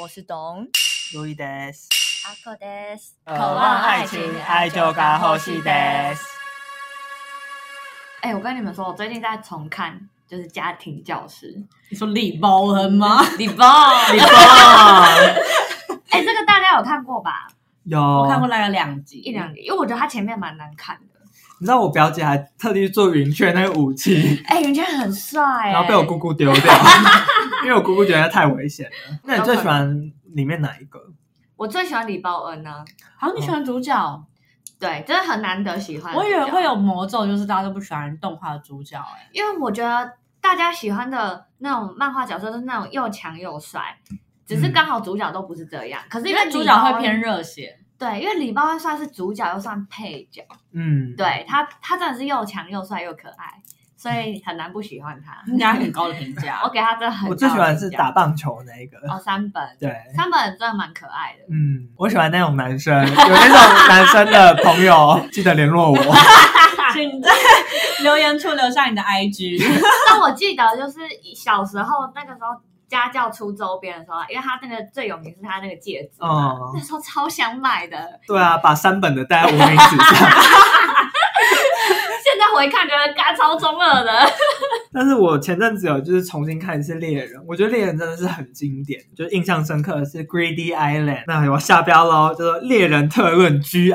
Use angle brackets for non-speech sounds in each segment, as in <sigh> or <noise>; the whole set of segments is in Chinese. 我是董路易德斯，阿克德斯，渴望爱情，爱就该呼吸德。哎、我跟你们说，我最近在重看就是《家庭教师你说李包恩 <laughs> 吗？》李 <laughs> 包，你棒，哎、这个大家有看过吧？有我看过那个两集，一两集，因为我觉得它前面蛮难看的。你知道我表姐还特地做云雀那个武器，哎、云天很帅、哎然后被我姑姑丢掉， <laughs> 因为我姑姑觉得太危险了。那你最喜欢里面哪一个？我最喜欢李包恩呢、好，你喜欢主角？对，真的很难得喜欢。我以为会，有魔咒，就是大家都不喜欢动画的主角、哎，因为我觉得大家喜欢的那种漫画角色都是那种又强又帅，只是嗯刚好主角都不是这样。可是因为为主李角包会恩偏 <laughs> 热血，对，因为李包恩算是主角又算配角，嗯，，对他，他真的是又强又帅又可爱，所以很难不喜欢他。人家很高的评价我。给他真的很我最喜欢高的是评价打棒球那一个。哦三本，对，三本真的蛮可爱的。嗯，我喜欢那种男生，有那种男生的朋友，记得联络我。请在 <laughs> 留言处留下你 <laughs> 的 IG。但我记得就是小时候那个时候家教出周边的时候，啊因为他那个最有名是他那个戒指嘛，哦那时候超想买的，对啊，把三本的带在无名指上。现在回看觉得嘎超中二的。但是我前阵子有就是重新看一次《猎人》，我觉得《猎人》真的是很经典，就印象深刻的是 Greedy Island。那我下标喽，叫做《猎人特论 GI》，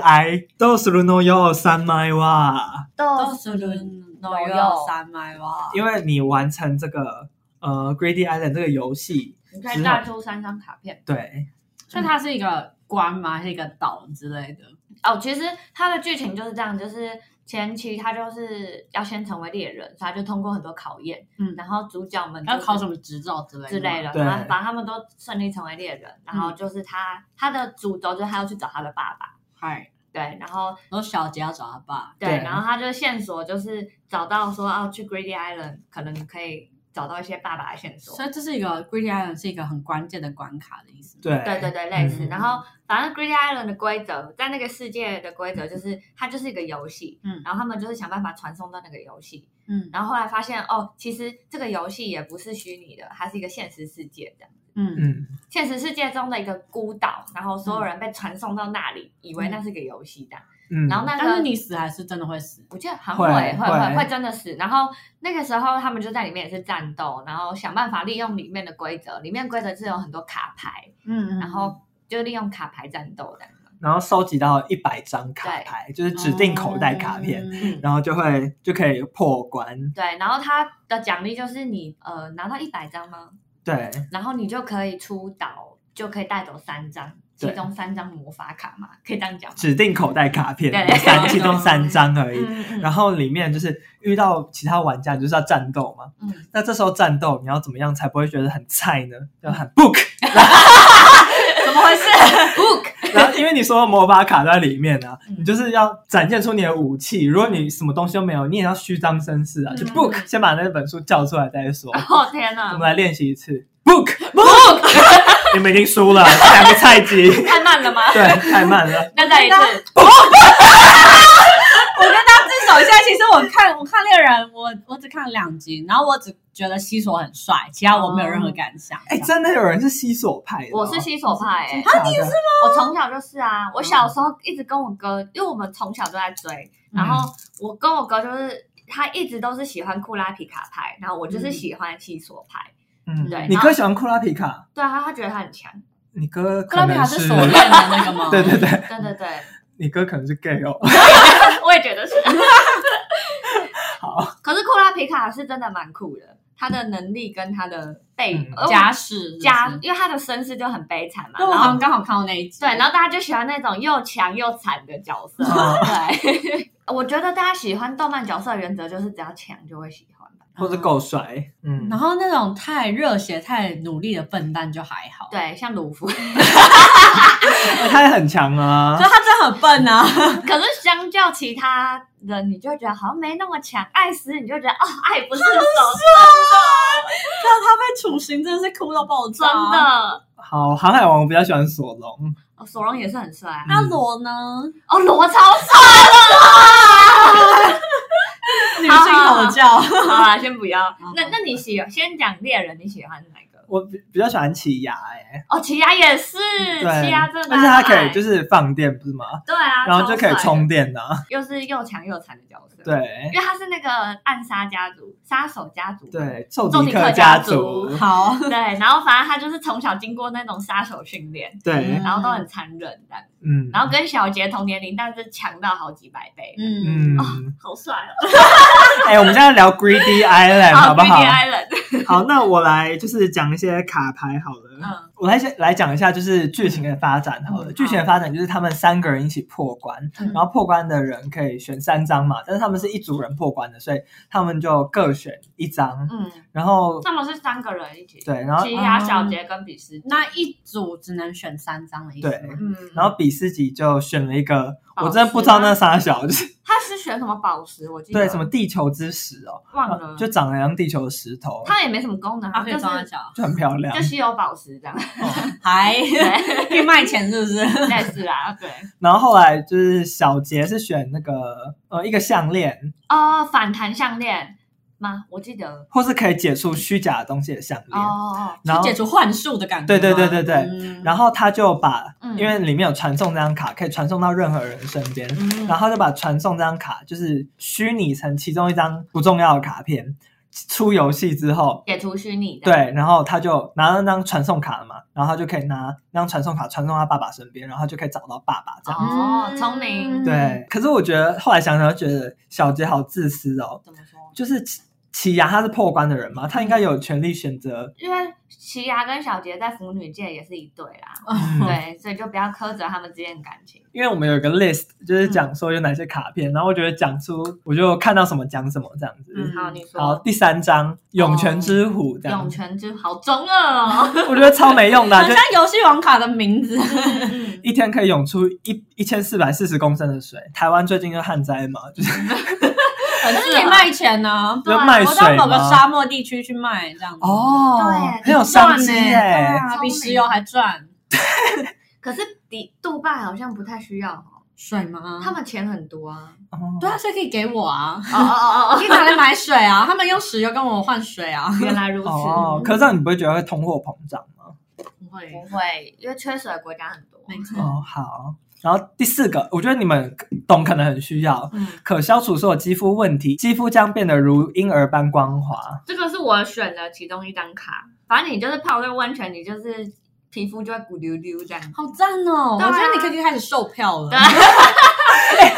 都是 Luno Yo 三麦哇。都 <laughs> 都是轮都有三麦哇！因为你完成这个呃 Greedy Island 这个游戏，你可以带出三张卡片对，所以它是一个关吗？还是一个岛之类的？哦。其实它的剧情就是这样，就是前期他就是要先成为猎人，所以他就通过很多考验，嗯然后主角们、要考什么？么执照之类的？之类。的，对然后反正他们都顺利成为猎人，然后就是他、他的主轴就是他要去找他的爸爸，嗨，对，然后然后小杰要找他爸。对，对然后他就线索就是找到说啊，去 Greedy Island 可能可以找到一些爸爸的线索。所以这是一个 Greedy Island 是一个很关键的关卡的意思吗。对，对对对，类似。嗯然后反正 Greedy Island 的规则，在那个世界的规则就是它就是一个游戏，嗯然后他们就是想办法传送到那个游戏。嗯然后后来发现哦，其实这个游戏也不是虚拟的，它是一个现实世界的，嗯嗯，现实世界中的一个孤岛，然后所有人被传送到那里，以为那是个游戏的。嗯，然后那个但是你死还是真的会死。我记得很会会会会会会真的是，然后那个时候他们就在里面也是战斗，然后想办法利用里面的规则，里面规则是有很多卡牌，嗯嗯然后就利用卡牌战斗的。然后收集到一百张卡牌，就是指定口袋卡片，哦嗯然后就会就可以破关。对，然后它的奖励就是你呃拿到一百张吗？对，然后你就可以出岛，就可以带走三张，对其中三张魔法卡嘛，可以这样讲吗？指定口袋卡片对三，其中三张而已。嗯嗯然后里面就是遇到其他玩家，你就是要战斗嘛。嗯，那这时候战斗，你要怎么样才不会觉得很菜呢？要喊 book，怎么 <laughs> 回事？ book 然后因为你所有魔法卡在里面啊，嗯你就是要展现出你的武器。如果你什么东西都没有，你也要虚张声势啊，就 book，、先把那本书叫出来再说。哦天我哪们，来练习一次 book book，你 <laughs> 们已经输了，两个菜鸡，太慢了吗？对，太慢了。那再一次， <laughs> 我跟大家自首一下，其实我看我看猎人，我我只看了两集，然后我只觉得西索很帅，其他我没有任何感想。哎，真的有人是西索派的哦、我是新手派哎、啊，你也是我从小就是啊，我小时候一直跟我哥，因为我们从小都在追，然后我跟我哥就是他一直都是喜欢库拉皮卡派，然后我就是喜欢西索派，嗯，对你然哥后喜欢库拉皮卡，对啊，他他觉得他很强，你哥克可拉皮能卡是是锁链的那个哦吗？ <laughs> 对对对，对对对，你哥可能是 gay 哦。 <laughs> 我也觉 <laughs> 得是。好，可是库拉皮卡是真的蛮酷的，他的能力跟他的背嗯呃我家世家，因为他的身世就很悲惨嘛，啊那我然好后像刚好看到那一集。对，然后大家就喜欢那种又强又惨的角 <laughs> 色，哦对。我觉得大家喜欢动漫角色的原则就是只要强就会喜欢吧。或者够帅，嗯 <laughs> 然，后那种太热血、太努力的笨蛋就还好，对，像鲁夫，哎他也很强啊所。以他真的很笨 <laughs> 啊。<laughs> 可是相较其他人，你就会觉得好像没那么强。艾斯，你就觉得哦，爱不释手，那他被处刑真的是哭到爆真炸。，的。好，航海王我比较喜欢索隆，哦索隆也是很帅啊，那罗呢？哦，罗超帅了。女性吼叫。 <laughs> 好啦，先不要好。嗯那那你喜先讲猎人，你喜欢哪个？我比比较喜欢奇牙哎、哦，奇亚也是，嗯对，奇亚真的而且它可以就是是放电不是吗？对啊，然后就可以超帅的充，电的啊、又是又强又残的角色，，对因为他是那个暗杀家族、杀手家族，对，臭重迪力客家家族族，嗯好， <laughs> 对，然后反正他就是从小经过那种杀手训练，对，然后都很残忍的，嗯，然后跟小杰同年龄，但是强到好几百倍，嗯，嗯，好帅哦， <laughs> 哎、我们现在聊 Greedy Island <laughs> 好不好？ Greedy Island，好，那我来就是讲一些卡牌好了。嗯我来先来讲一下，就是剧情的发展好了。嗯剧情的发展就是他们三个人一起破关，嗯然后破关的人可以选三张嘛，但是他们是一组人破关的，所以他们就各选一张。嗯，然后他们是三个人一起，对，然后奇亚、小杰跟比斯，嗯那一组只能选三张的意思对吗。嗯，然后比斯吉就选了一个，宝石我真的不知道那啥小，就是他是选什么宝石，我记得对什么地球之石哦，忘了，就长得像地球的石头，他也没什么功能，啊，可就以装得是小，就很漂亮哦就。稀有宝石这样， <laughs> 还对， <laughs> 可以卖钱是不是？类似啦，对，然后后来就是小杰是选那个呃一个项链，哦，反弹项链吗？我记得，或是可以解除虚假的东西的项哦链。哦， <laughs> 然后解除幻术的感觉对吗。对对对对嗯然后他就把，嗯因为里面有传送这张卡，可以传送到任何人身边。嗯，然后他就把传送这张卡，就是虚拟成其中一张不重要的卡片。出游戏之后，解除虚拟的，对，然后他就拿到那张传送卡了嘛，然后他就可以拿那张传送卡传送到他爸爸身边，然后他就可以找到爸爸这样。哦，嗯聪明，对，可是我觉得后来想想，觉得小杰好自私哦，怎么说？就是奇奇牙他是破关的人嘛，他应该有权利 <laughs> 选择。因为奇牙跟小杰在腐女界也是一对啦，嗯对，所以就不要苛责他们之间的感情。因为我们有一个 list，就是讲说有哪些卡片，然后我觉得讲出我就看到什么讲什么这样子。嗯好，你好，说。第三章涌泉之虎这样涌子，泉之好中二哦，我觉得超没用的啊、很就像游戏王卡的名字。嗯一天可以涌出一一千四百四十公升的水。台湾最近就旱灾嘛，就是可是可以卖钱呢，啊就卖我到水某个嘛。沙漠地区去卖这样子。哦对，很有商机耶、对啊，聪比明石油还赚。 <laughs> 可是迪杜拜好像不太需要哦，水吗他他们们钱很多啊。哦对啊，所以可以给我啊，哦哦 <laughs> 我可以拿来买水啊。他们用石油跟我换水啊。 <laughs> 原来如此，嗯哦，可是这样你不会觉得会通货膨胀吗？不会不会，因为缺水的国家很多。没错。哦，好。然后第四个，我觉得你们懂，可能很需要。嗯，可消除所有肌肤问题，肌肤将变得如婴儿般光滑。这个是我选的其中一张卡，反正你就是泡这个温泉，你就是皮肤就会鼓溜溜这样。好赞哦！我对啊觉得你可以开始售票了，对你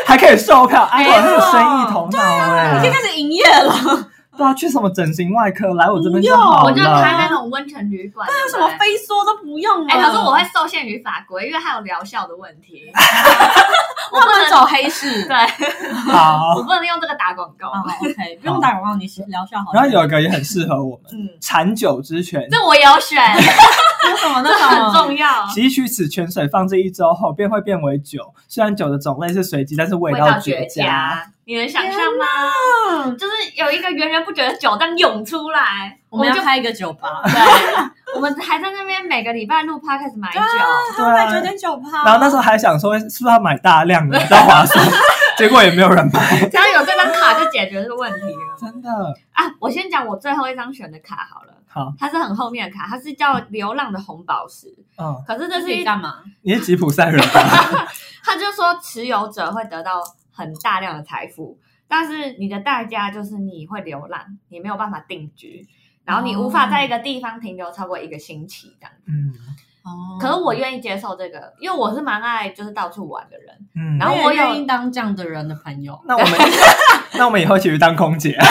还可以售票，哎，没错啊我很有生意头脑哎、可以开始营业了。对啊，去什么整形外科来我这边就好我就开了。那种温泉旅馆，那有什么非？非说都不用了。哎、可是我会受限于法规，因为还有疗效的问题。他们走黑 <laughs> 市。对，我好，不能用这个打广告。哦，OK，不用打广告，你疗效好。 <laughs> 然后有一个也很适合我们，嗯，产酒 <laughs> 之泉，这我有选，那什么这那什么很重要。汲取此泉水放置一周后便会变为酒。虽然酒的种类是随机，但是味 <laughs> 味道绝绝。佳，你能想象吗？要。就是有一个源源不绝的酒这样涌出来，嗯我们要就开一个酒吧，对，我们还在那边每个礼拜录 podcast 买酒，对他卖九啊，点九哦趴。然后那时候还想说是不是要买大量的比较划算， <laughs> 结果也没有人买，只要有这张卡就解决这个问题了真的。啊！我先讲我最后一张选的卡好了，好，它是很后面的卡，它是叫《流浪的红宝石》，嗯，可是这这是是一干嘛？你是吉普赛人 <laughs> 吧？他就说持有者会得到很大量的财富，但是你的代价就是你会流浪，你没有办法定居，然后你无法在一个地方停留超过一个星期这样。嗯哦可是我愿意接受这个，因为我是蛮爱就是到处玩的人。嗯，然后我我也有愿意当这样的人的朋友。那 <laughs> 我们那我们以后一起去当空姐。啊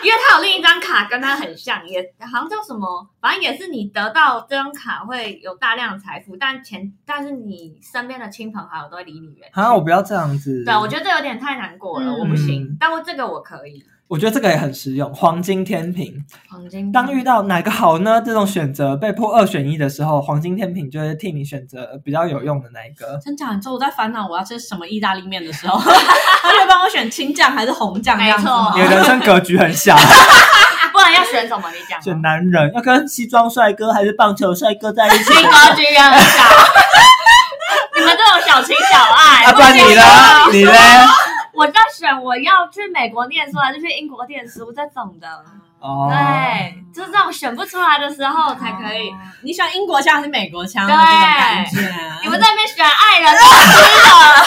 因为他有另一张卡跟他很像，也好像叫什么，反正也是你得到这张卡会有大量的财富，但钱但是你身边的亲朋好友都会离你远去。啊，我不要这样子。对，我觉得这有点太难过了，嗯我不嗯行。但我这个我可以。我觉得这个也很实用。黄金天平，黄金当遇到哪个好呢？这种选择被迫二选一的时候，黄金天平就会替你选择比较有用的那一 <laughs> 个。真假？你说我在烦恼我要吃什么意大利面的时候， <laughs> 他就帮我选青酱还是红酱这样子吗你？的人生格局很小，啊， <laughs> 不然要选什么？你讲啊。选男人要跟西装帅哥还是棒球帅哥在一起？情格局也很小， <laughs> 你们这种小情小爱， <laughs> 啊，不然你行哦呢？你呢？啊我在选我要去美国念书还是去英国念书这种的，哦，对，就是这种选不出来的时候才可以。哦你喜欢英国腔还是美国腔的那种感你觉？啊们在那边选爱人，我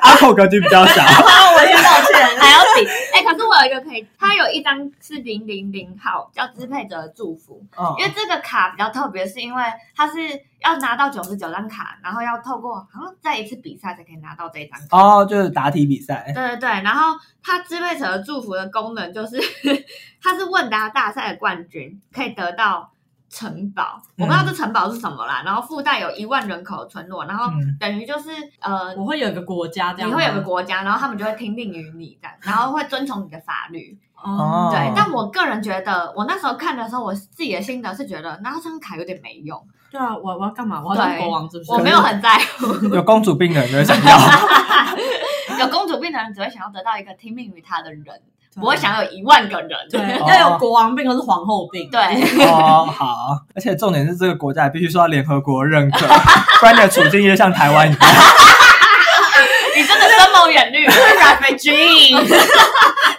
阿口格局比较小， <laughs> 我先道歉知道还要比。哎、可是我有一个可以，它有一张是零零零号，叫支配者的祝福。嗯因为这个卡比较特别，是因为它是要拿到九十九张卡，然后要透过好像再一次比赛才可以拿到这一张卡。哦，就是答题比赛，对对对，然后它支配者的祝福的功能就是， <laughs> 它是问答大赛的冠军，可以得到城堡。我不嗯知道这城堡是什么啦，然后附带有一万人口的村落，然后嗯等于就是呃，我会有一个国家这样你吗，会有个国家，然后他们就会听令于你这样，然后会遵从你的法律。哦对，但我个人觉得，我那时候看的时候，我自己的心得是觉得那张卡有点没用。对啊，我我要干嘛？我要当对国王是不是？我没有很在乎。有公主病的人就会想 <laughs> 有要，公主病的人只会想要得到一个听命于他的人，对不会想要有一万个人。对，哦要有国王病或是皇后病。 <laughs> 对，哦，好，而且重点是这个国家也必须受到联合国认可，不然你的处境就像台湾一样。你真的深谋远 <laughs> 虑。啊，refugee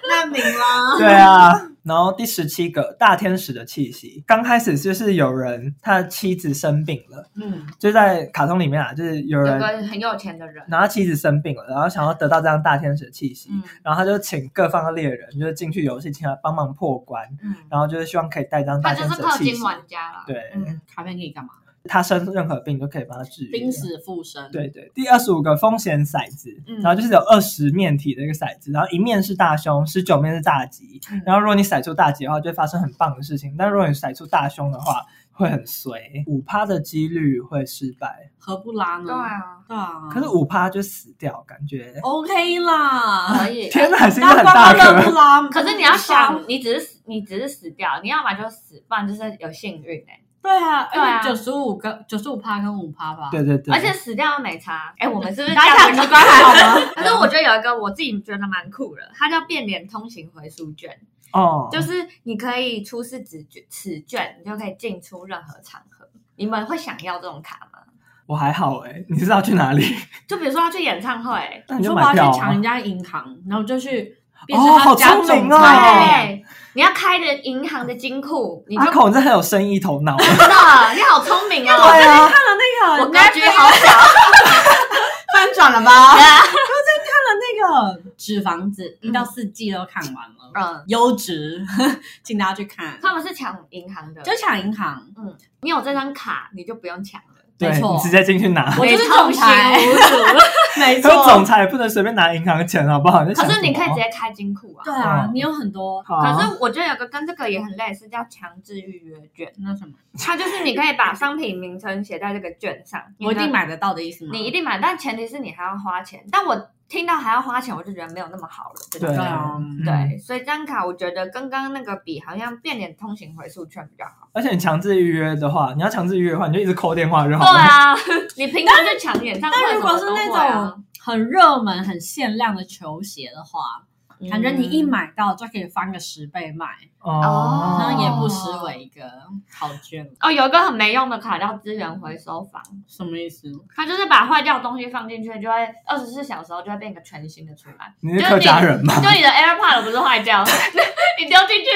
难民 <laughs> 啦。对啊，然后第十七个大天使的气息，刚开始就是有人他的妻子生病了，嗯，就在卡通里面啊，就是有有人个很有钱的人，然后他妻子生病了，然后想要得到这样大天使的气息，嗯然后他就请各方的猎人就是进去游戏，请他帮忙破关，嗯，然后就是希望可以带这样大他天就使是的氪气息金。玩家了。对，嗯，卡片可以干嘛？他生任何病都可以帮他治愈。濒死附身。，对对，第二十五个风险骰子，嗯然后就是有二十面体的一个骰子，然后一面是大凶，十九面是大吉。嗯然后如果你骰出大吉的话，就会发生很棒的事情；但如果你骰出大凶的话，会很衰，五趴的几率会失败。何不拉呢？对啊，对啊。可是五趴就死掉，感觉哦 OK 啦，可以。天哪，其实那很大观众颗乐。不拉？可是你要想，你只是死你只是死掉，你要么就死，不然就是有幸运哎。对啊，对啊九十五跟九十五趴跟五趴吧。对对对，而且死掉又没差。哎，我们是不是大家看这样奇怪 <laughs> 还好吗？可是我觉得有一个我自己觉得蛮酷的，它叫变脸通行回书卷。哦，就是你可以出示纸卷，此卷，你就可以进出任何场合。你们会想要这种卡吗？我还好哎、你是要去 <laughs> 哪里？就比如说要去演唱会，那你就说我买要票去抢啊人。家银行，然后就去变成哦，他好家聪总明哦！啊裁。啊对，你要开着银行的金库，你就阿孔真很有生意头 <laughs> 脑。真的，你好聪明哦！对啊，看了那个，我格局好小，翻转了吧？看了那个《纸房子》一到四季都看完了，嗯，优质， <laughs> 请大家去看。他们是抢银行的，就抢银行，你有这张卡，你就不用抢了。对没错你直接进去拿。我就是总裁通行无阻 <laughs> 没可是 <laughs> 总裁也不能随便拿银行钱，好不好？可是你可以直接。接开金库啊。对啊嗯，你有很多好啊可是我觉得有个跟这个也很类似，叫强制预约券。那什么，它就是你可以把商品名称写在这个券上，我你一的定买得到的意思吗？你一定买，但前提是你还要花钱。但我听到还要花钱，我就觉得没有那么好了。这种对对啊嗯对，所以这张卡我觉得跟刚刚那个比，好像变脸通行回数券比较好。而且你强制预约的话，你要强制预约的话，你就一直扣电话就好对了。啊， <laughs> 你平常就抢演唱会但什如么果是都会啊，那种很热门、很限量的球鞋的话，感觉你一嗯买到就可以翻个十倍卖，哦好像也哦，不失为一个好券。哦，有一个很没用的卡叫资源回收房，什么意思？它就是把坏掉的东西放进去，就会二十四小时后就会变一个全新的出来。你是客家人吗？就你的 AirPod 不是坏掉， <laughs> 你丢进去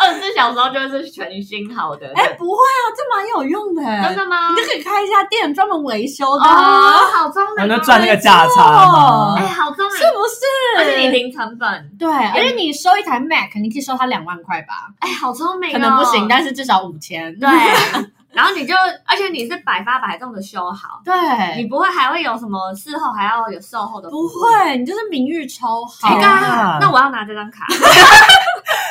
二十四小时后就会是全新好的。哎，不会啊，这蛮有用的，真的吗你？就可以开一家店专门维修的啊，哦，好聪然明哦！后就赚那个价差嘛哎，。好聪明，是不是？而且你零成本，对，而且你收一台 Mac，你可以收它两万块吧？哎，好聪明哦！可能不行，但是至少五千。对。 <laughs> 然后你就，而且你是百发百中的修好，你 <laughs> 对，不会还会有什么事后还要有售后的？不。会，你就是名誉超好。哎，天干啊那我要拿这张卡。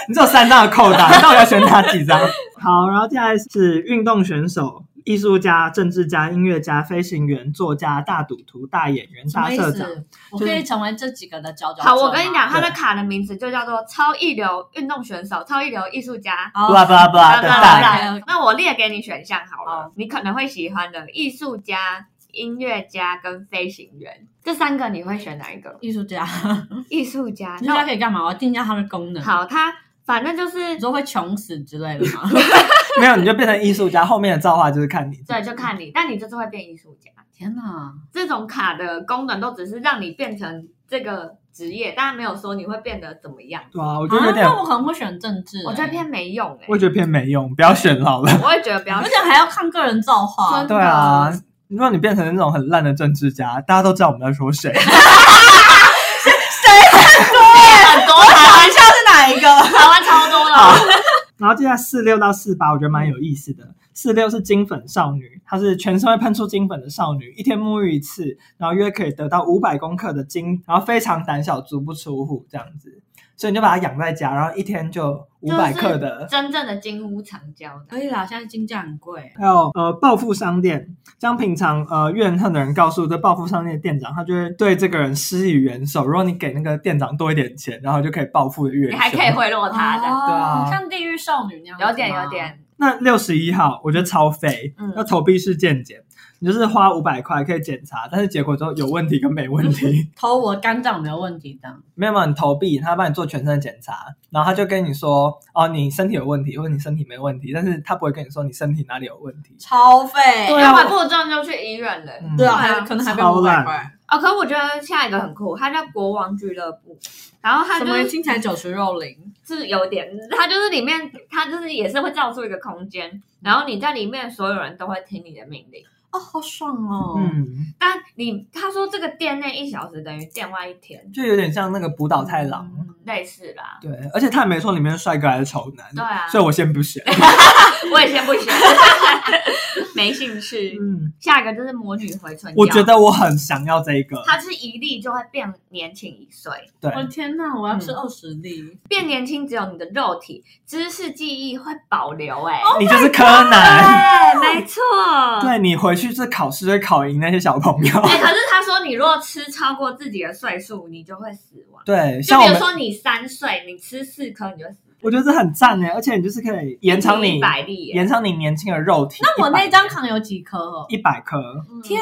你只有三张的扣打，你到底要选哪 <laughs> 几张？好，然后接下来是运动选手、艺术家、政治家、音乐家、飞行员、作家、大赌徒、大演员、什么大意社长。思？我可以成为这几个的佼佼者 <laughs> 吗好，我跟你讲，，它的对卡的名字就叫做超一流运动选手、超一流艺术家、布拉好，布拉布啊拉的大大，概那我列给你选项好了，好你可能会喜欢的艺术家、音乐家跟飞行员这三个，你会选哪一个？艺术家，艺术家，嗯艺术家那可以干嘛？我要定一下它的功能。，好，他反正就是你说会穷死之类的吗？ <laughs> 没有你就变成艺术家，后面的造化就是看你。对，就看你，但你这次会变艺术家， <laughs> 天哪，这种卡的功能都只是让你变成这个职业，但没有说你会变得怎么样。对啊，我觉得啊有，点，那我可能会选政治、我觉得偏没用哎、我觉得偏没用，不要选好了。我会觉得不要 <laughs> 而。且还要看个人造化真。的 <laughs> 对啊，如果你变成那种很烂的政治家，大家都知道我们在说谁。很多台湾玩笑是哪一 <laughs> 个？台湾超多的，然后接下来四六到四八，我觉得蛮有意思的。四六是金粉少女，她是全身会喷出金粉的少女，一天沐浴一次，然后约可以得到五百公克的金，然后非常胆小，足不出户这样子。所以你就把它养在家，然后一天就五百克的。 <laughs> 真正的金屋藏娇的。可以啦，现在金价很贵。还有呃，报复商店，将平常呃怨恨的人告诉这报复商店的店长，他就会对这个人施以援手。如果你给那个店长多一点钱，然后就可以报复的越你凶。还可以贿赂他的，哦对啊像地狱少女那样子吗，有点有点，那六十一号，我觉得超肥，嗯要投币式健检，你就是花五百块可以检查，但是结果之后有问题跟没问题， <laughs> 偷我肝脏没有问题的。没有嘛？你投币，他帮你做全身的检查，然后他就跟你说，哦，你身体有问题，或者你身体没问题，但是他不会跟你说你身体哪里有问题。超费对啊要不然不如这样就去医院了。嗯对对啊啊，还可能还被超五烂百块，哦，可是我觉得下一个很酷，它叫国王俱乐部，然后它什就么是听起来九十肉零，是有点，它就是里面它就是也是会造出一个空间，然后你在里面所有人都会听你的命令。哦，好爽哦。嗯，但啊你他说这个店内一小时等于店外一天，就有点像那个浦岛太嗯郎。类似啦。对，而且他也没说里面是帅哥还是丑男，对啊所以我先 <laughs> 不选。我也先不选， <laughs> 没兴趣。嗯，下一个就是魔女回春药，我觉得我很想要这个，它是一粒就会变年轻一岁，对，我的天哪！我要吃嗯二十粒，变年轻只有你的肉体，知识记忆会保留、欸。哎、你就是柯南。啊对，没错。哦对你回去是考试会考赢那些小朋友。哎、可是他说你如果吃超过自己的岁数，你就会死亡。对，就像比我如们，说你三岁，你吃四颗你就死，我觉得这很赞呢，而且你就是可以延长你一百粒耶、延长你年轻的肉体。那我那张卡有几颗哦？一百颗，嗯天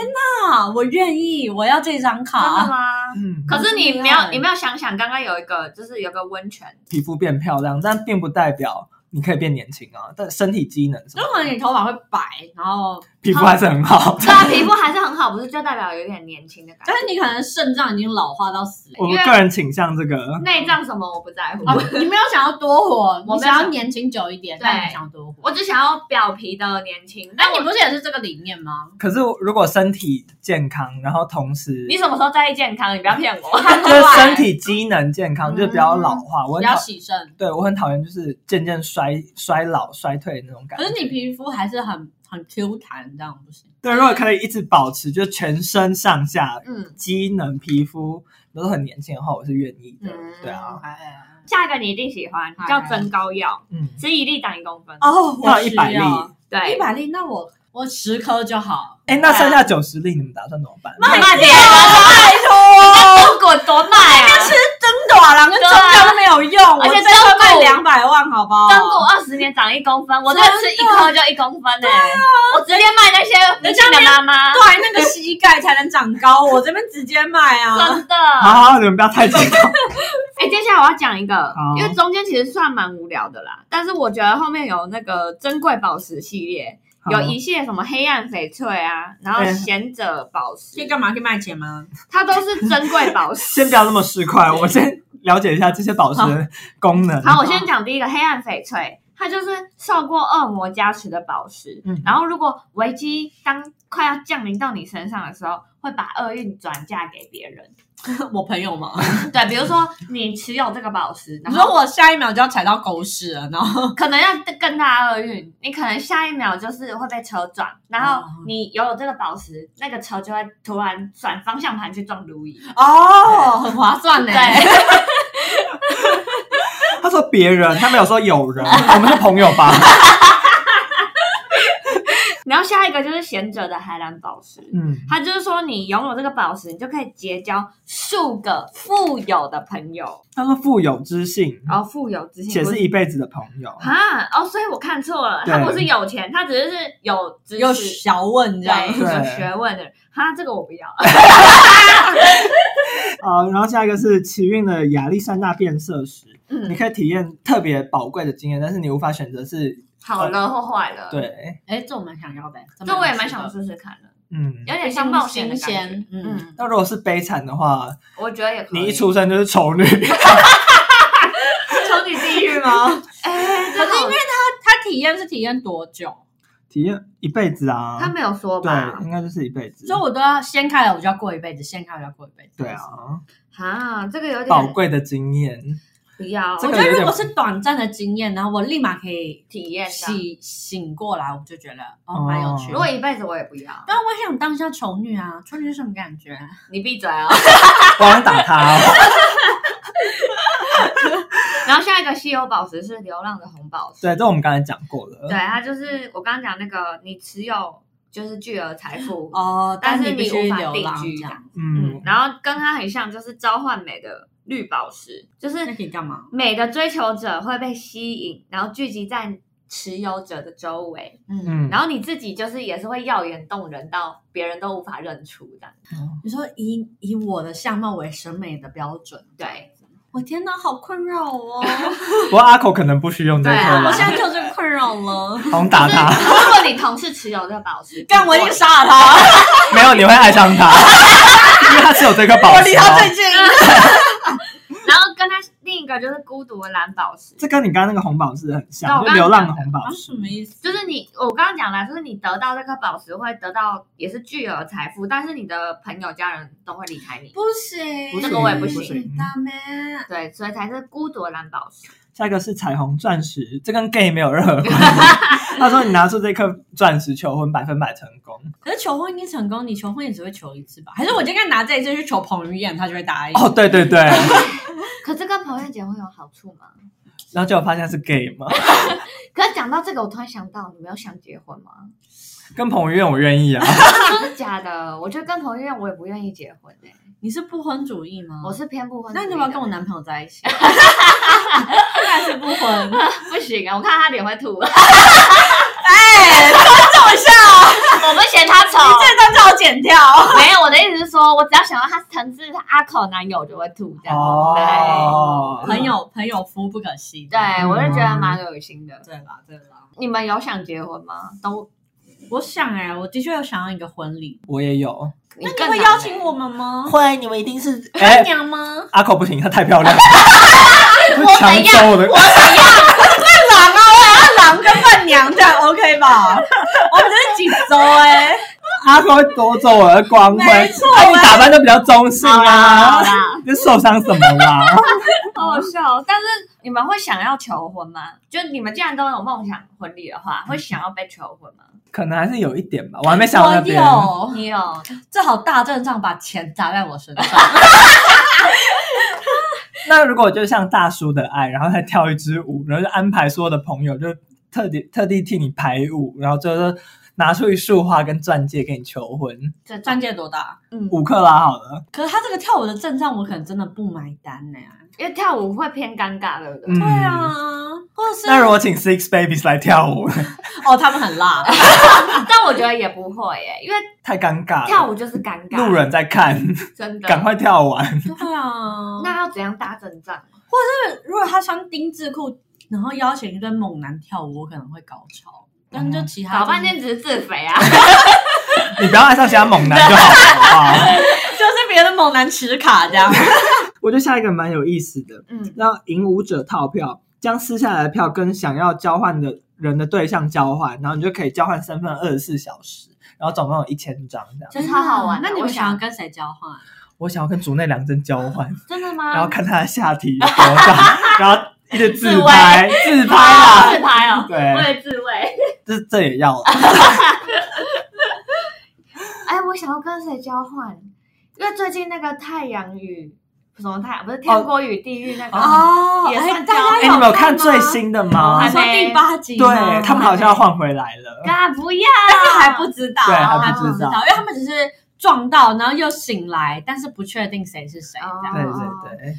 啊，我愿意，我要这张真的卡。吗？嗯，可是你没好厉有，害你没有想想，刚刚有一个就是有个温 <laughs> 泉，皮肤变漂亮，但并不代表你可以变年轻啊。但身体机能什就么可能你头发会白，然后皮肤还是很好。对啊，皮肤还是很好，不是就代表有点年轻的感觉但。是你可能肾脏已经老化到死 <laughs> 了。我个人倾向这个， <laughs> 内脏什么我不在乎，哦，你没有想要多活，我我没有想要年轻久一点，对但你想多活。我只想要表皮的年轻。那但你你不是也是这个理念吗？可是如果身体健康，然后同时你什么时候在意健康？你不要骗我。就是身体机能健康，就是不要嗯老化。我不很要讨洗肾，对我很讨厌，就是渐渐衰衰老、衰退那种感可觉。是你皮肤还是很很 Q 弹，这样不行。对，如果可以一直保持，就全身上下嗯机能、皮肤都是很年轻的话，我是愿意的。嗯对啊，下一个你一定喜欢，叫增高药，嗯，吃一粒长一公分。啊哦，那一百粒，对，一百粒，那我我十颗就好。哎，那剩下九十粒你们打算怎么办？卖掉啊！拜托，中国多卖啊！真短郎跟中药都没有用，而且再中卖古两百万，好不好？中国二十年长一公分，我这吃一颗就一公分呢。欸啊我直接卖那些年轻的妈妈，对那个膝盖才能长高，我这边直接卖啊。 <laughs> 真的。好好，好你们不要太激动。哎、接下来我要讲一个好，因为中间其实算蛮无聊的啦，但是我觉得后面有那个珍贵宝石系列， <laughs> 有一系列什么黑暗翡翠啊，然后嗯贤者宝石可以，干嘛？可以卖钱吗？它都是珍贵宝石。 <laughs> 先不要那么市侩，我们先了解一下这些宝石的功能。好，我先讲第一个黑暗翡翠，它就是受过恶魔加持的宝石。嗯然后如果危机当快要降临到你身上的时候，会把厄运转嫁给别人。 <laughs> 我朋友吗？对，比如说你持有这个宝石，你然说后我下一秒就要踩到狗屎了，然后可能要更大厄运，你可能下一秒就是会被车撞，然后你拥有这个宝石，那个车就会突然转方向盘去撞路易。哦，很划算呢。对， <laughs> 他说别人，他没有说有 <laughs> 人，我们是朋友吧？然后下一个就是贤者的海蓝宝石。嗯，他就是说，你拥有这个宝石，你就可以结交数个富有的朋友，他说富有知性，然后富有之前且不是嗯一辈子的朋友。啊哦，所以我看错了，对他不是有钱，他只是是有知有识。小问这样对，。对有学问的人，哈，这个我不要。好，然后下一个是奇运的亚历山大变色石，你嗯，可以体验特别宝贵的经验，但是你无法选择是好了或坏了，，对。哎，这我蛮想要的，这我也蛮想试试看的。嗯，有点像冒险新的感觉。鲜，嗯，那如果是悲惨的话，我觉得也可以。你一出生就是丑 <laughs> 女，丑女地狱吗？哎，可 <laughs> 真是因为 <laughs> 的，他体验是体验多久？体验一辈子啊。他没有说吧对，？应该就是一辈子。所以我都要掀开了，我就要过一辈子；掀开了，我就要过一辈子。对，啊，啊，这个有宝点贵的经验，不要，这我个觉得有如点果是短暂的经验，然后我立马可以体验到。醒醒过来，我就觉得哦哦蛮有趣的。如果一辈子我也不 <laughs> 要，但我想当一下丑女啊，丑女是什么感觉？你闭嘴哦。我想打他、哦。 <laughs> 然后下一个稀有宝石是流浪的红宝石，对，这我们刚才讲过对，了。它就是我刚刚讲那个，你持有就是巨额财富，哦，但是你必你须无法流定浪居这的样，。嗯嗯，，然后跟它很像，就是召唤美的绿宝石，就是那可以干嘛？美的追求者会被吸引，然后聚集在持有者的周围，嗯，嗯，然后你自己就是也是会耀眼动人到别人都无法认出的。你说以以我的相貌为审美的标准，对，我天哪，好困扰哦！不过阿口可能不需用这个对啊啦，我现在就有这个困扰了，我们打就是 <laughs> 他，如果你同事持有这个宝石，啊干我一定杀了他，没有你会爱上 <laughs> 他，因为他是有这颗宝 <laughs> 我石离哦、他最近。然后跟它另一个就是孤独的蓝宝石，这跟你刚刚那个红宝石很像，对我刚就刚流浪的红宝石。什么意思？就是你，我刚刚讲了，就是你得到这颗宝石会得到也是巨额财富，但是你的朋友家人都会离开你，不行，不这行个我也不不行大妹。对，所以才是孤独的蓝宝石。下一个是彩虹钻石，这跟 gay 没有任何关 <laughs> 系。他说你拿出这颗钻石求婚，百分百成功。可是求婚已经成功，你求婚也只会求一次吧？还是我就应该拿这一次去求彭于晏，他就会答应？哦，对对对，可是跟朋友结婚有好处吗？然后结果发现是 gay 嘛，可是讲到这个，我突然想到，你没有想结婚吗？ <laughs> 跟彭于晏我愿意啊。 <laughs> 真的假的？我觉得跟彭于晏我也不愿意结婚哎、你是不婚主义吗？我是偏不婚。那你有没有跟我男朋友在一起？还是不婚？友？ <laughs> 不行啊，我看他脸会 <laughs> 吐。哎，尊重一下哦，我不嫌他丑，这段最好剪掉。没有我的意思是说，我只要想到他曾是阿口男友，我就会吐这样。哦，朋友朋友夫不可欺，对，我就觉得蛮恶心的。对啦对啦。你们有想结婚吗？都，我想哎，我的确有想要一个婚礼，我也有。那你会邀请我们吗？啊会，你们一定是伴哎，娘吗？阿口不行，她太漂亮了，我抢怎走我的。郎啊，我要郎跟伴娘这样 OK 吧？ <laughs> 我们这是锦州哎，阿口会夺走我的光辉，啊没错那你打扮就比较中性好啦好啊。啦，你受伤什么啦？ <laughs> 好好笑。哦但是你们会想要求婚吗？就你们既然都有梦想婚礼的话，会想要被求婚吗？可能还是有一点吧，我还没想到那边。我 <laughs> 有，你有？正好大阵仗把钱砸在我身上， <laughs> 那如果就像大叔的爱，然后再跳一支舞，然后就安排所有的朋友，就特地特地替你排舞，然后就是拿出一束花跟钻戒给你求婚，这种钻戒多大？嗯，五克拉好了。可是他这个跳舞的阵仗，我可能真的不买单呢。因为跳舞会偏尴尬，对不对？嗯对啊，或者是那如果请 Six Babies 来跳舞， <laughs> 哦，他们很辣，啊但我觉得也不会耶，因为太尴尬了。跳舞啊就是尴尬，路人在看， <laughs> 真的。赶快跳完。对啊。那那要怎样搭阵仗？如果他穿丁字裤，然后邀请一对猛男跳舞，我可能会高潮。嗯但就其他搞半就是天 <laughs> 只是自肥啊！你不要爱上其他猛男就好了，好不好？就是别的猛男持卡这样。 <laughs> 我觉得下一个蛮有意思的，嗯，让引舞者套票，将撕下来的票跟想要交换的人的对象交换，然后你就可以交换身份二十四小时，然后总共有一千张这样。真的好好玩那你我们想想要跟谁交换？我想要跟竹内良真交 <laughs> 换，真的然后吗？看他的下体有多大，然后一直自自慰拍自拍啊自啦，拍 <laughs> 哦，我对，也自慰。这这也 <laughs> 要啦，哎，我想要跟谁交换？因为最近那个太阳雨，什么太阳不是天国与地狱那个哦哦也算交换大哎、家你们有看看吗啊最？新的你吗还？说第八集吗？对他们好像要换回来了，干不要，还不知道，对还还不知道因为他们只是撞到，然后又醒来，但是不确定谁是谁。这样对对对。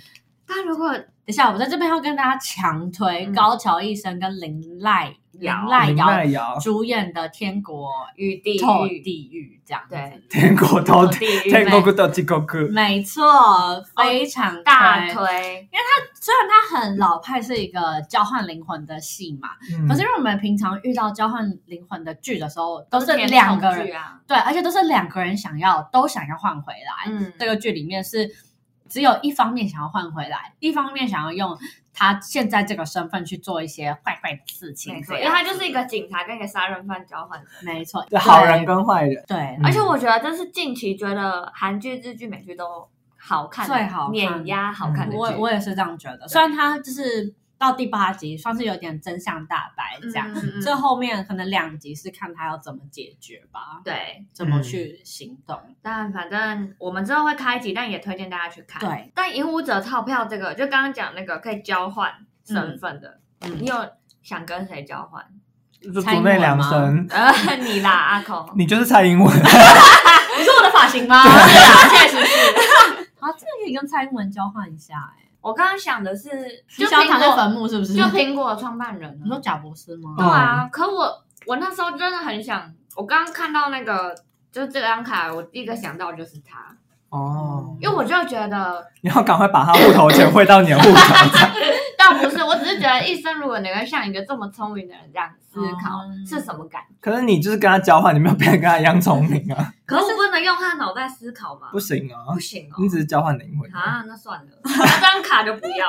但如果等一下，我在这边要跟大家强推嗯高桥医生跟林濑林瑶濑林瑶奈瑶，主演的《天国与地透狱，地狱》这样子对，天国都地狱天国妹都到地国去，没错，非常哦大推推，虽然它很老派，是一个交换灵魂的戏嘛，嗯可是因为我们平常遇到交换灵魂的剧的时候，都是甜两筒个剧人，啊，对，而且都是两个人想要都想要换回来。嗯，这个剧里面是只有一方面想要换回来，一方面想要用他现在这个身份去做一些坏坏的事没情，错，因为他就是一个警察跟一个杀人犯交换。没错，就好人跟坏人，对。嗯对而且我觉得这是近期觉得韩剧、日剧、美剧都好看的，最好看碾压好嗯看的剧。嗯我我也是这样觉得，虽然他就是到第八集算是有点真相大白这样，嗯嗯这后面可能两集是看他要怎么解决吧，对，嗯怎么去行动。但反正我们之后会开集，但也推荐大家去看。对，但《影武者钞票》这个，就刚刚讲那个可以交换身份的，嗯你有想跟谁交 <laughs> 换？就组内两蔡英神，呃，你啦，阿孔，你就是蔡英文，不是我的发 <laughs> 型吗？确实是。啊，这个可以跟蔡英文交换一下哎、我刚刚想的是，你就想要躺在苹果，坟墓是不是？就苹果创办人啊你，说哦贾博士吗？对啊，可我我那时候真的很想，我刚刚看到那个就是这张卡，我第一个想到就是他，哦，因为我就觉得，你要赶快把他户头钱汇到你的户头， <laughs> 倒不是，我只是觉得一生如果能够像一个这么聪明的人这样思考，哦是什么感觉？可是你就是跟他交换，你没有变得跟他一样聪明啊，可是我不能用他脑袋思考吗？不行啊不，行哦，你只是交换灵魂，啊，那算了，<laughs> 那张卡就不要，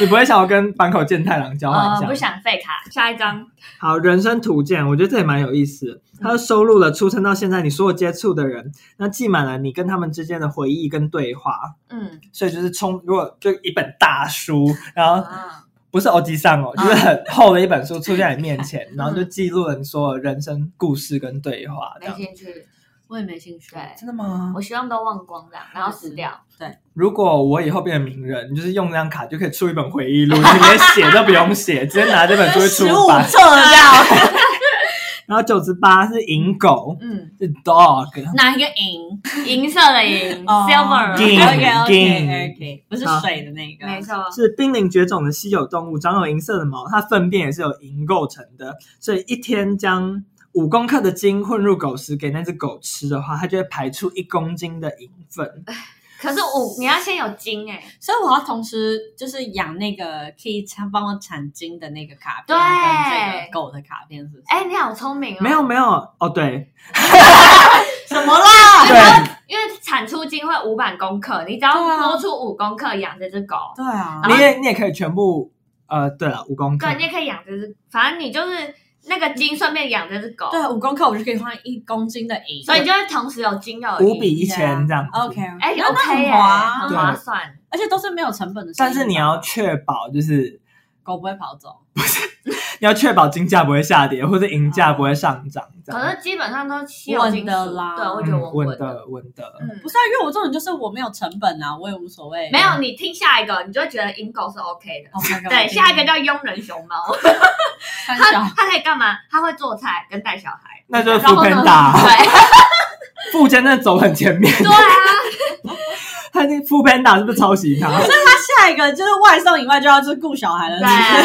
你不会想要跟坂口健太郎交换呃，一不下？想废卡，下一张，好，人生图鉴，我觉得这也蛮有意思的。它收录了出生到现在你所有接触的人，那记满了你跟他们之间的回忆跟对话，嗯，所以就是充，如果就一本大书，然后啊，不是欧吉上哦，就是很厚的一本书出现在你面前，然后就记录了你所有人生故事跟对话。这没兴样趣，我也没兴趣。对真的吗我？希望都忘光这样，然后死掉，如果我以后变成名人，你就是用那张卡就可以出一本回忆录，你连写都不用写，直接拿这本书去出 <laughs> 版。册这样，然后九十八是银狗，嗯，是 dog，哪一个银银色的银金哦，silver， OK OK Ging OK，不是好水的那个，没错，是濒临绝种的稀有动物，长有银色的毛，它粪便也是由银构成的，所以一天将五公克的金混入狗食给那只狗吃的话，它就会排出一公斤的银粪。 <laughs> 哎可是五，你要先有金哎、所以我要同时就是养那个可以产帮我产金的那个卡对片，跟这个狗的卡片是不是？哎、你好聪明哦！没有，没有哦，对什么啊啦？对因为产出金会五百公克，你只要对啊多出五公克养这只狗，对啊，你也你也可以全部呃，对了，五公 <laughs> 克对，，你也可以养这只，反正你就是那个金顺便养这只狗，对，五啊公克我就可以换一公斤的银，所以你就会同时有金又有银五比一千这样子。 OK，哎、哎、那 o 那 k 很耶、划啊很对划算。而且都是没有成本的事情。但是你要确保，就是狗不会跑走，你要确保金价不会下跌，或者银价不会上涨，这样。可是基本上都稀有金属啊稳的啦对，哦我觉得嗯我稳稳的，的稳的，嗯不，是啊？因为我这种就是我没有成本啊，哦我也无所谓。没有你听下一个，你就会觉得银狗是 OK 的。 ，OK，对，下一个叫佣人熊猫，三 <laughs> 它小。它可以干嘛？它会做菜跟带小孩，那就是然后呢？ Foodpanda 对富坚那走很前面， <laughs> 对啊，他那富 Panda 是不是抄袭 <laughs> 他？他下一个就是外送以外就要去顾小孩了。是不是 <laughs> 对，啊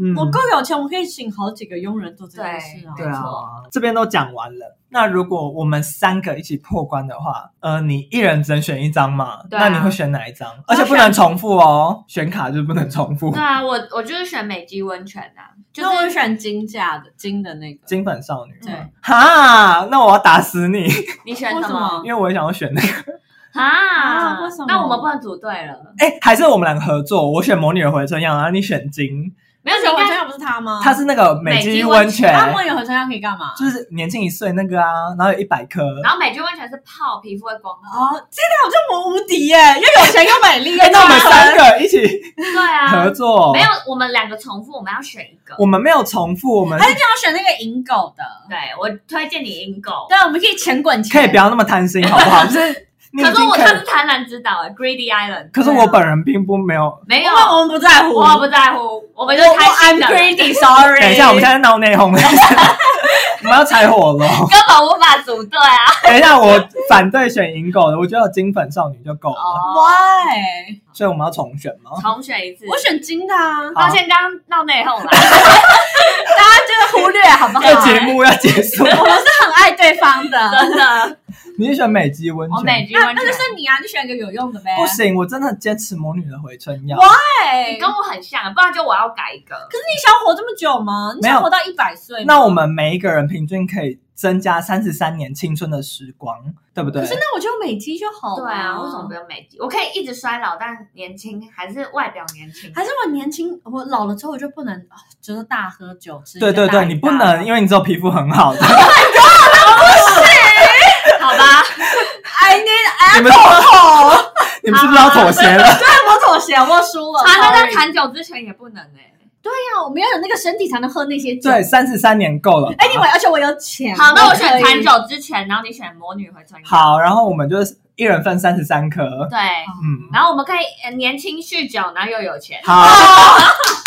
嗯我够有钱，我可以请好几个佣人做这件事啊。对没啊错，这边都讲完了。那如果我们三个一起破关的话，呃，你一人只能选一张嘛？对啊那你会选哪一张？而且不能重复哦，选卡就是不能重复对。啊，我我就是选美肌温泉啊，就那我是选金价的金的那个，金粉少女，对，哈，那我要打死你， <laughs> 你选哦为什什么么因为我也想要选那个。啊？啊为什么那我们不能组队了？哎，还是我们两个合作，我选《魔女的回春药》，然后你选金，没有，你那我应这该样不是他吗？它是那个美啊美肌肌温温啊泉，他问有合成药可以干嘛？就是年轻一岁那个啊，然后有一百颗。然后美肌温泉是泡皮肤会光滑，哦，这个好像我无敌耶，又有钱又美丽。哎，那我们又三个一起啊对啊， <laughs> 合作，没有，我们两个重复，我们要选一个。我们没有重复，我们哎还是叫我选那个银狗的。对我推荐你银狗，对，我们可以钱滚钱。可以不要那么 <laughs> 贪心，好不好？就是你已可是经我可他以是，贪婪之岛欸，Greedy Island，可是我本人并不没有。没因有为，啊我们不在乎。我不在乎，我们就我开心 I'm 的人。啊 pretty sorry。等一下，我们现在闹内讧了。你们要踩 <laughs> 火 <laughs> 龙。根本无法组队啊！等一下，我反对选银狗的，我觉得有金粉少女就够了，哦， Why？所以我们要重选吗？重选一次。我选金的啊，抱歉，刚刚闹内 <laughs> 讧了。大家就是忽略 <laughs> 好不好？这节目要结束，我哦们是很爱对方的。真的， <laughs> 你选美肌温我美剧泉？那完那全就，是你啊，你选一个有用的呗。不行，我真的坚持魔女的回春药。对，你跟我很像，啊不然就我要改一个。可是你想活这么久吗？你没想有活到一百岁吗？那我们每一个人平均可以增加三十三年青春的时光，对不对可？是那我就美肌就好了。对啊，为什么不用美肌？我可以一直衰老，但年轻还是外表年轻。还是我年轻，我老了之后我就不能，啊就是大喝酒吃。对对对，你不啊能，因为为你只有皮肤很好的，好吧， I need 你们好，你们是不是要妥协了？对我妥协，我输了。传到在 sorry 谈酒之前也不能哎、对啊，我们要有那个身体才能喝那些 <laughs> 酒。对，三十三年够了。哎，你们而且我有钱。好，那我选可以谈。酒之前，然后你选魔女回春药。，好，然后我们就是一人分三十三颗，对， <laughs> 嗯，然后我们可以呃年轻酗酒，然后又有钱。好，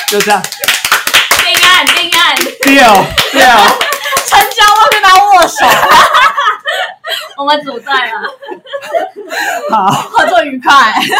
就这样，定案，定案，六六。成交，我跟他握手， <laughs> 我们组队了。 <laughs> 好，合作愉快。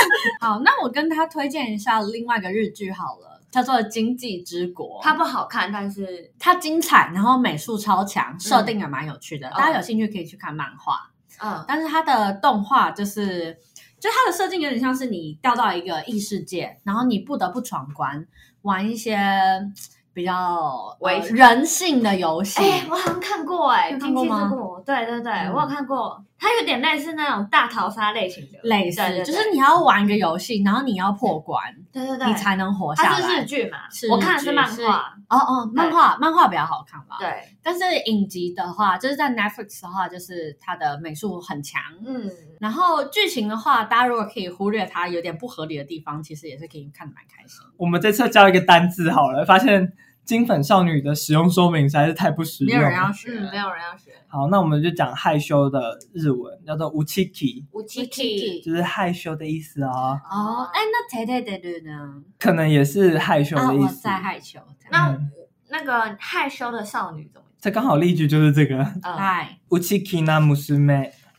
<laughs> 好，那我跟他推荐一下另外一个日剧好了，叫做《经济之国》。它不好看，但是它精彩，然后美术超强，设定也蛮有趣的。大家有兴趣可以去看漫画。嗯，但是它的动画就是，就它的设定有点像是你掉到一个异世界，然后你不得不闯关，玩一些嗯比较呃危险人性的游戏。哎、我好像看过哎、你有经看过济吗之国，对对对，嗯我有看过，它有点类似那种大逃杀类型的，类似对对对就是你要玩一个游戏，然后你要破关，对对对，你才能活下它是来日。剧嘛是，我看的日是剧漫是画，哦哦，漫画漫画比较好看吧？。对，但是影集的话，就是在 Netflix 的话，就是它的美术很强，嗯，然后剧情的话，大家如果可以忽略它有点不合理的地方，其实也是可以看得蛮开心。我们这次教一个单字好了，发现金粉少女的使用说明实在是太不实没用有人要了。学，嗯，没有人要学。好，那我们就讲害羞的日文，叫做无气体，五七 Uchiki 就是害羞的意思哦，哦。哎，那 t 太 t 对呢？可能也是害羞啊，的意我思。在害羞。那嗯我那个害羞的少女怎么这刚好例句就是这个嗯讲？呃嗨，无气体な娘。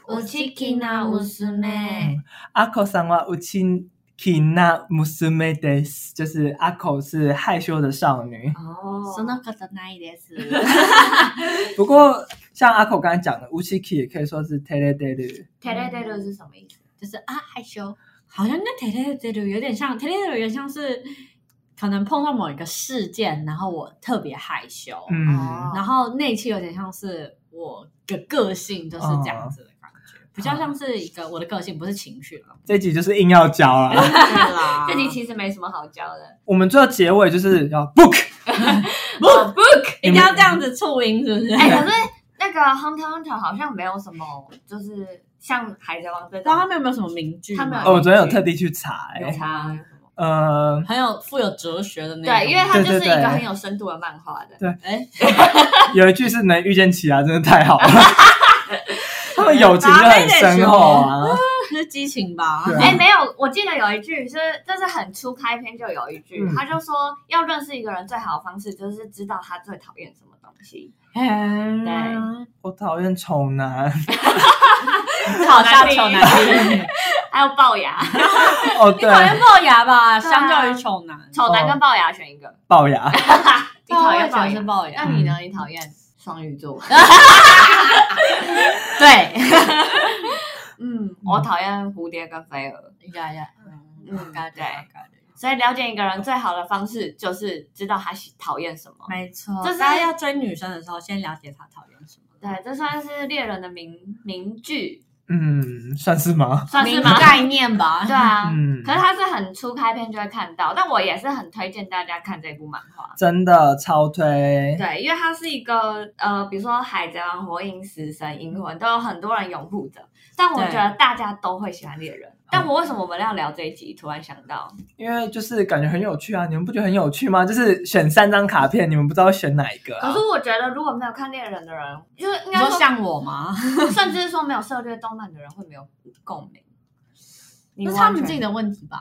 五七 k 呢？五十妹，阿口桑哇无气体な娘です，就是阿口是害羞的少女。哦その方ないです。不过像阿口刚才讲的，无气体也可以说是 t e l e d e l t e r e d e 是什么意思？ <laughs> 就是啊，害羞，好像跟 t 太 t 对有点像 t 太 t 有点像是可能碰到某一个事件，然后我特别害羞，嗯。哦然后那一期有点像是我的个性就是这样子的感觉，嗯比较像是一个我的个性，不是情绪了。这集就是硬要教 <laughs> 啊。对啦这题其实没什么好教的。 <laughs> 我们最后结尾就是要 book， Book book，一定要这样子促音，是不是？哎，可是那个 Hunter Hunter 好像没有什么，就是像海贼王这知道他种，们有没有什么名句吗？他们哦，我昨天有特地去查、有欸，差有什么？呃，很有富有哲学的那种。对，因为它就是对一对对个很有深度的漫画的。哎，有一句是能遇见奇啊，真的太好了，他们友情就很深厚啊。是激情吧？对啊哎，没有，我记得有一句，就是这是很初开篇就有一句嗯，他就说要认识一个人最好的方式就是知道他最讨厌什么东 <laughs> 西。哎，我讨厌丑男好下丑男， <laughs> 还有龅 <laughs> 牙，哦，你对，讨厌龅牙吧？对啊相较于丑男，丑男跟龅牙选一个。龅牙，你讨厌还龅是牙？龅那牙？嗯你呢？你讨厌双鱼座？嗯对，嗯，我讨厌蝴蝶跟飞蛾。呀呀，嗯嘎对嘎嘎所以了解一个人最好的方式就是知道他喜讨厌什么。没错，这是大家要追女生的时候，先了解她讨厌什么。对，这算是猎人的名名句，嗯，算是吗？算是名吗？概念吧。 <laughs> 对啊，嗯可是他是很初开篇就会看到，但我也是很推荐大家看这部漫画。真的超推，对，因为它是一个呃，比如说《海贼王》《火影》《死神》《银魂》都有很多人拥护着，但我对嗯觉得大家都会喜欢猎人。但我为什么我们要聊这一集？突然想到，因为就是感觉很有趣啊，你们不觉得很有趣吗？就是选三张卡片，你们不知道选哪一个可啊是？我觉得如果没有看猎人的人，就是应你该说说像我吗？ <laughs> 甚至是说没有涉猎动漫的人会没有共鸣。那那是他们自己的问题吧？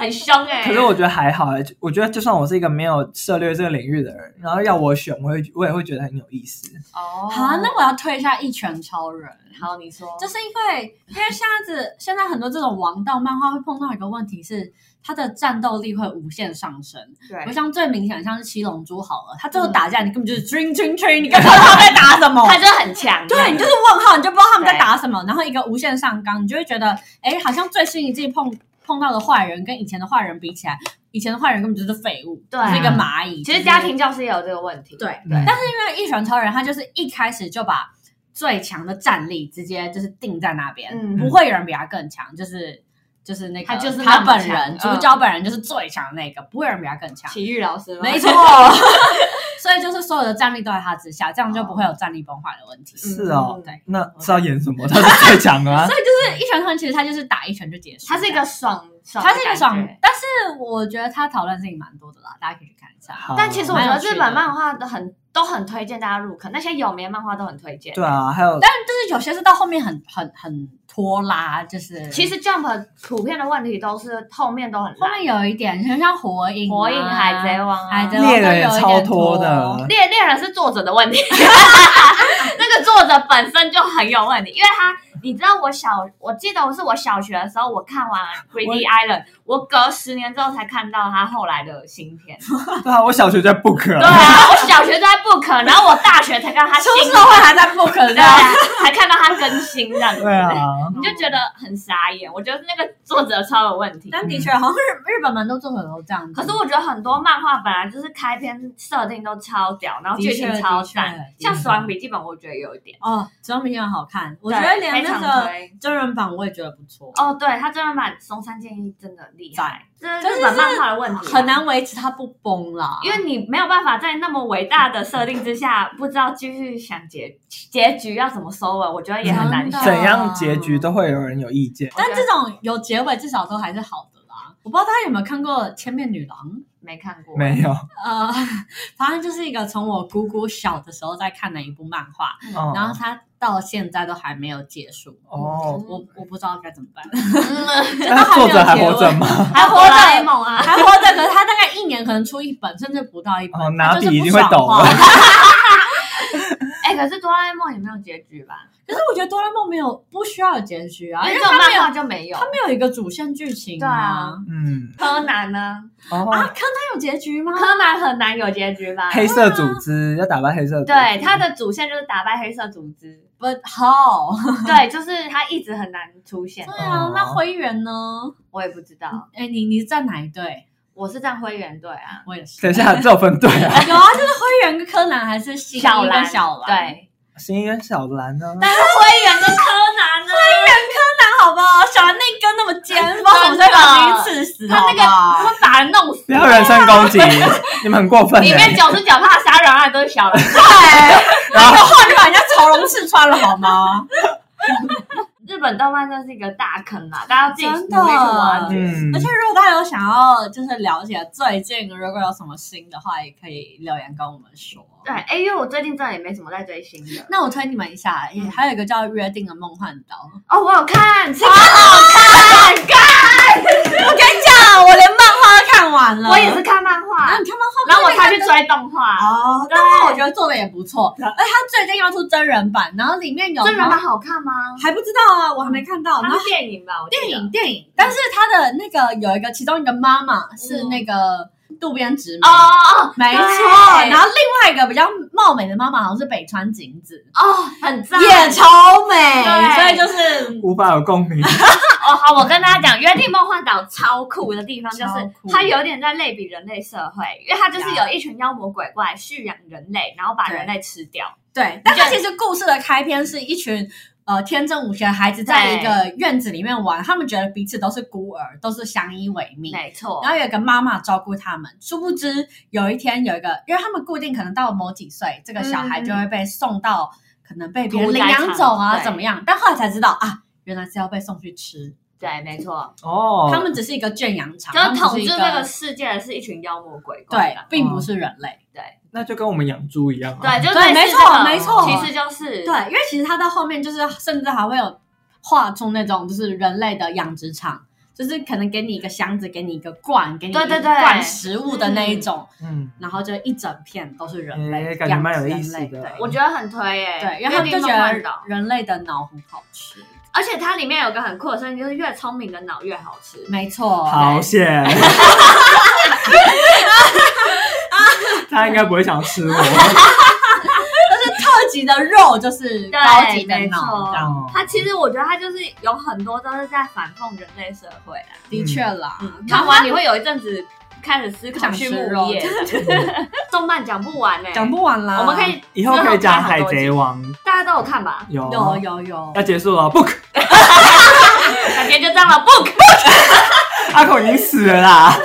很凶哎、可是我觉得还好欸，就我觉得就算我是一个没有涉猎这个领域的人，然后要我选，我会我也会觉得很有意思。哦，好，啊那我要推一下《一拳超人》。好，你说，就是因为因为现在子现在很多这种王道漫画会碰到一个问题是，它的战斗力会无限上升。对嗯我，像最明显像是七龙珠好了，它最后打架你根本就是 dream dream <laughs> dream，你根本不知道他们在打什么。他真的很强，对，你就是问号，你就不知道他们在打什么，然后一个无限上纲，你就会觉得，哎，好像最新一季碰碰到的坏人跟以前的坏人比起来，以前的坏人根本就是废物，对啊就是一个蚂蚁。其实家庭教师也有这个问题，对，对但是因为一拳超人，他就是一开始就把最强的战力直接就是定在那边，嗯不会有人比他更强，就是就是那个他就是那他么本强人，嗯主角本人就是最强的那个，不会有人比他更强。体育老师吗没错， <laughs> 所以就是所有的战力都在他之下，这样就不会有战力崩坏的问题。是哦嗯对，那是要演什么？他是最强 <laughs> 啊所！以就是一拳超人，其实他就是打一拳就结束，他是一个爽，爽的他是一个爽感觉，嗯但是我觉得他讨论的事情蛮多的啦，大家可以去看一下。好但其实我觉蛮得有趣的日本漫画都很都很推荐大家入坑，那些有名的漫画都很推荐。对啊，还有但就是有些是到后面很很很拖拉，就是其实 Jump 普遍的问题都是后面都很后烂，面有一点，像像火影、火影、海贼、王、啊、海贼王猎人也超多的，猎猎人是作者的问题， <laughs> 那个作者本身就很有问题，因为他，你知道我小，我记得我是我小学的时候，我看完《Greedy <laughs> Island》，我隔十年之后才看到他后来的新 <laughs> 片。对啊，我小学在 book 对啊啊，我小学都在 book，然后我大学才看他出新社会还在不可对能。啊，才看到他更新这样子。对啊，你就觉得很傻眼，我觉得那个作者超有问题。但的确，好像日日本蛮多作者都这样子。可是我觉得很多漫画本来就是开篇设定都超屌，然后剧情的确超的确赞的，确像《死亡笔记本》我觉得有一点，哦，《只有明星》好看，我觉得对连非那常个推真人版我也觉得不错，哦，对他真的把松山健一真的厉害，这就是日本漫画的问题，啊很，难维持它不崩啦。因为你没有办法在那么伟大的设定之下，不知道继续想结结局要怎么收尾，我觉得也很难真想的。怎样结局都会有人有意见。但这种有结尾至少都还是好的啦。我不知道大家有没有看过《千面女郎》。没看过，没有，呃， <laughs> 反正就是一个从我姑姑小的时候在看的一部漫画，嗯然后嗯它到现在都还没有结束，哦，我我不知道该怎么办。嗯都还没那有作者还结活尾着吗？还活着雷蒙啊， <laughs> 还活着，可是他大概一年可能出一本，甚至不到一本。哦，他拿就是笔一不定会啊爽抖画了。哎，可是哆啦 A 梦也没有结局吧？ <laughs> 可是我觉得哆啦 A 梦没有不需要有结局啊，因因为为这种他没漫画有就没有他。没有一个主线剧情啊。嗯，柯南呢？啊，哦，看他有结局吗？柯南很难有结局吧？黑色组织要打败黑色组织，对，他的主线就是打败黑色组织，不好，对，就是他一直很难出现 <laughs> 对。啊哦，那灰原呢？我也不知道，哎，你你是站哪一队？我是站灰原队啊，我也是。等 <laughs> 一下，这有分队啊，有啊，就是灰原跟柯南还是新一小跟兰，小兰，对，新一跟小兰呢？ <laughs> 但是灰原跟柯南啊呢？那好不好？小兰那根那么尖，不知道什么时候把自己刺 <laughs> 死，他那个好他不好们把人弄死不，要人身攻击，你们很过分里欸。面九十九趴杀人案都是小 <laughs> 兰。 <laughs> <laughs> 对，然后话就把人家喉龙刺穿了，好吗？日本动漫真是一个大坑啊，大家自己努力真去的挖掘。嗯而，且如果大家有想要就是了解最近如果有什么新的话，也可以留言跟我们说。对，哎，因为我最近真的也没什么在追星的那我推你们一下，也嗯还有一个叫《约定的梦幻岛》。哦，我有看，超好看，我跟你讲，我连漫画都看完了我也是看漫啊，画，你看漫 <laughs> 画，然后我才去追动画。哦，对但是我觉得做的也不错。而他最近要出真人版，然后里面有 <laughs> 真人版好看吗？还不知道啊，我还没看到。然它后是电影吧？我记得电影电影，但是他的那个有一个其中一个妈妈是那个渡边直美哦，哦哦没错。对然后另外一个比较貌美的妈妈好像是北川景子，哦，很赞。也超美，所对以就是无法有共鸣。哦，好，我跟大家讲，《约定梦幻岛》超酷的地方就超是酷它有点在类比人类社会，因为它就是有一群妖魔鬼怪蓄养人类，然后把对人类吃掉。对，但它其实故事的开篇是一群呃天真无邪的孩子在一个院子里面玩，他们觉得彼此都是孤儿，都是相依为命。没错然，后有一个妈妈照顾他们，殊不知有一天有一个，因为他们固定可能到某几岁，这个小孩就会被送到、可能被别人屠领宰场养走啊对怎么样？但后来才知道啊，原来是要被送去吃，对，没错，哦，他们只是一个圈养场，就他是们统只治是一这个世界的是一群妖魔鬼怪对啦。，并不是人类。那就跟我们养猪一样啊。嗯对，就对类似没错这种没错其实就是对，因为其实它到后面就是，甚至还会有画出那种就是人类的养殖场，就是可能给你一个箱子，给你一个罐，给你对对一对罐食物的那一种，嗯，然后就一整片都是人类，诶感觉蛮有养意思的人类对我觉得很推诶、对，因为他们就觉一定梦幻得岛人类的脑很好吃，而且它里面有个很酷的设定，就是越聪明的脑越好吃。没错，好险！他应该不会想吃我。特级的肉就是高级的没脑，这样错哦，它其实我觉得它就是有很多都是在反讽人类社会啦。的确啦。看完你会有一阵子开始思不考想畜吃牧肉业，，动漫讲不完呢、欸讲不完啊啦。我们可以以后可以讲《之后看海很多集贼哦王》大家都有看吧？有有有有要，结束了，book 感觉就这样了，book。阿孔已经死了啦，